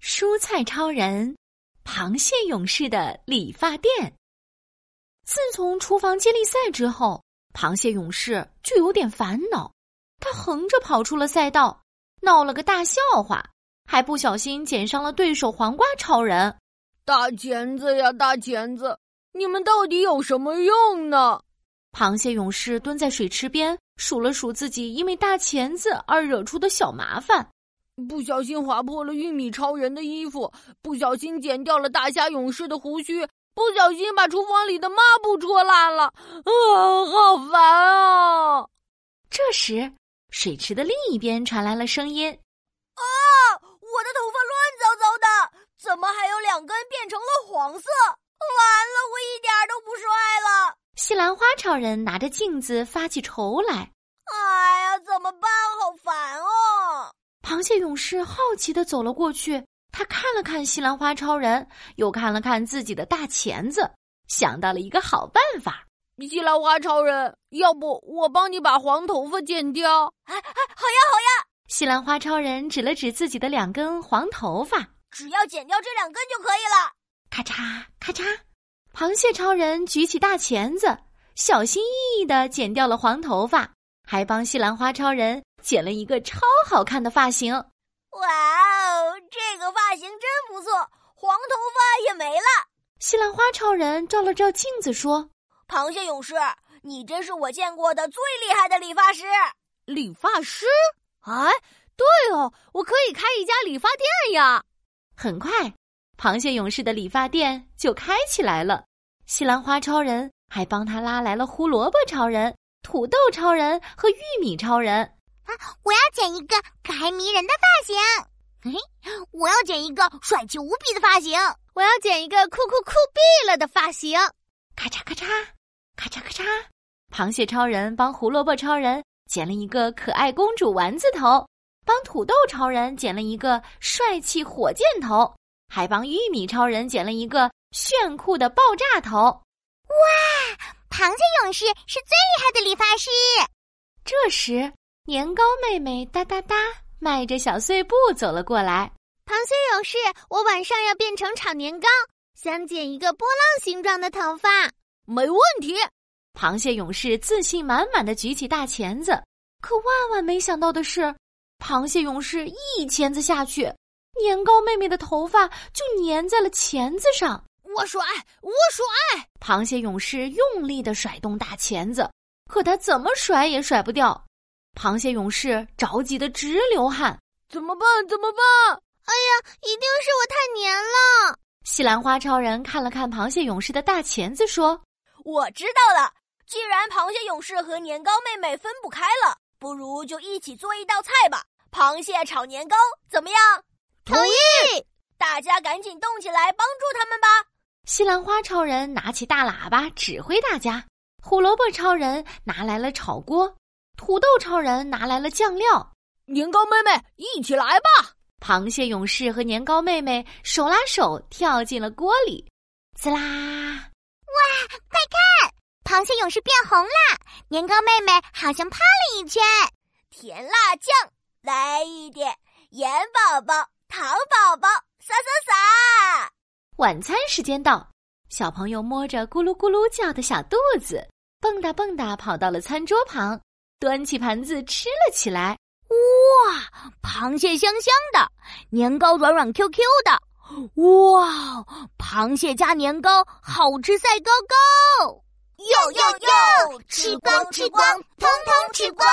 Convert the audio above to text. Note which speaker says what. Speaker 1: 蔬菜超人、螃蟹勇士的理发店。自从厨房接力赛之后，螃蟹勇士就有点烦恼。他横着跑出了赛道，闹了个大笑话，还不小心捡伤了对手黄瓜超人。
Speaker 2: 大钳子呀，大钳子，你们到底有什么用呢？
Speaker 1: 螃蟹勇士蹲在水池边，数了数自己因为大钳子而惹出的小麻烦。
Speaker 2: 不小心划破了玉米超人的衣服，不小心剪掉了大虾勇士的胡须，不小心把厨房里的抹布戳烂了，啊，好烦啊！
Speaker 1: 这时，水池的另一边传来了声音：“
Speaker 3: 啊，我的头发乱糟糟的，怎么还有两根变成了黄色？完了，我一点都不帅了！”
Speaker 1: 西兰花超人拿着镜子发起愁来：“
Speaker 3: 哎呀，怎么办？好烦哦！”
Speaker 1: 螃蟹勇士好奇的走了过去，他看了看西兰花超人，又看了看自己的大钳子，想到了一个好办法。
Speaker 2: 西兰花超人，要不我帮你把黄头发剪掉？
Speaker 3: 哎哎，好呀好呀！
Speaker 1: 西兰花超人指了指自己的两根黄头发，
Speaker 3: 只要剪掉这两根就可以了。
Speaker 1: 咔嚓咔嚓，螃蟹超人举起大钳子，小心翼翼的剪掉了黄头发，还帮西兰花超人。剪了一个超好看的发型，
Speaker 3: 哇哦，这个发型真不错，黄头发也没了。
Speaker 1: 西兰花超人照了照镜子说：“
Speaker 3: 螃蟹勇士，你真是我见过的最厉害的理发师。”
Speaker 2: 理发师？哎，对哦，我可以开一家理发店呀！
Speaker 1: 很快，螃蟹勇士的理发店就开起来了。西兰花超人还帮他拉来了胡萝卜超人、土豆超人和玉米超人。
Speaker 4: 啊！我要剪一个可爱迷人的发型，嘿嘿，我要剪一个帅气无比的发型，
Speaker 5: 我要剪一个酷酷酷毙了的发型。
Speaker 1: 咔嚓咔嚓，咔嚓咔嚓，螃蟹超人帮胡萝卜超人剪了一个可爱公主丸子头，帮土豆超人剪了一个帅气火箭头，还帮玉米超人剪了一个炫酷的爆炸头。
Speaker 4: 哇！螃蟹勇士是最厉害的理发师。
Speaker 1: 这时。年糕妹妹哒哒哒迈着小碎步走了过来。
Speaker 5: 螃蟹勇士，我晚上要变成炒年糕，想剪一个波浪形状的头发。
Speaker 2: 没问题。
Speaker 1: 螃蟹勇士自信满满的举起大钳子，可万万没想到的是，螃蟹勇士一钳子下去，年糕妹妹的头发就粘在了钳子上。
Speaker 2: 我甩，我甩！
Speaker 1: 螃蟹勇士用力的甩动大钳子，可他怎么甩也甩不掉。螃蟹勇士着急的直流汗，
Speaker 2: 怎么办？怎么办？
Speaker 5: 哎呀，一定是我太黏了！
Speaker 1: 西兰花超人看了看螃蟹勇士的大钳子，说：“
Speaker 3: 我知道了，既然螃蟹勇士和年糕妹妹分不开了，不如就一起做一道菜吧——螃蟹炒年糕，怎么样？”
Speaker 5: 同意！
Speaker 3: 大家赶紧动起来，帮助他们吧！
Speaker 1: 西兰花超人拿起大喇叭指挥大家，胡萝卜超人拿来了炒锅。土豆超人拿来了酱料，
Speaker 2: 年糕妹妹一起来吧！
Speaker 1: 螃蟹勇士和年糕妹妹手拉手跳进了锅里，滋啦！
Speaker 4: 哇，快看，螃蟹勇士变红了，年糕妹妹好像胖了一圈。
Speaker 3: 甜辣酱来一点，盐宝宝、糖宝宝，撒撒撒！
Speaker 1: 晚餐时间到，小朋友摸着咕噜咕噜叫的小肚子，蹦哒蹦哒跑到了餐桌旁。端起盘子吃了起来，
Speaker 6: 哇！螃蟹香香的，年糕软软 Q Q 的，哇！螃蟹加年糕，好吃赛高高！
Speaker 3: 哟哟哟，
Speaker 4: 吃光吃光，通通吃光！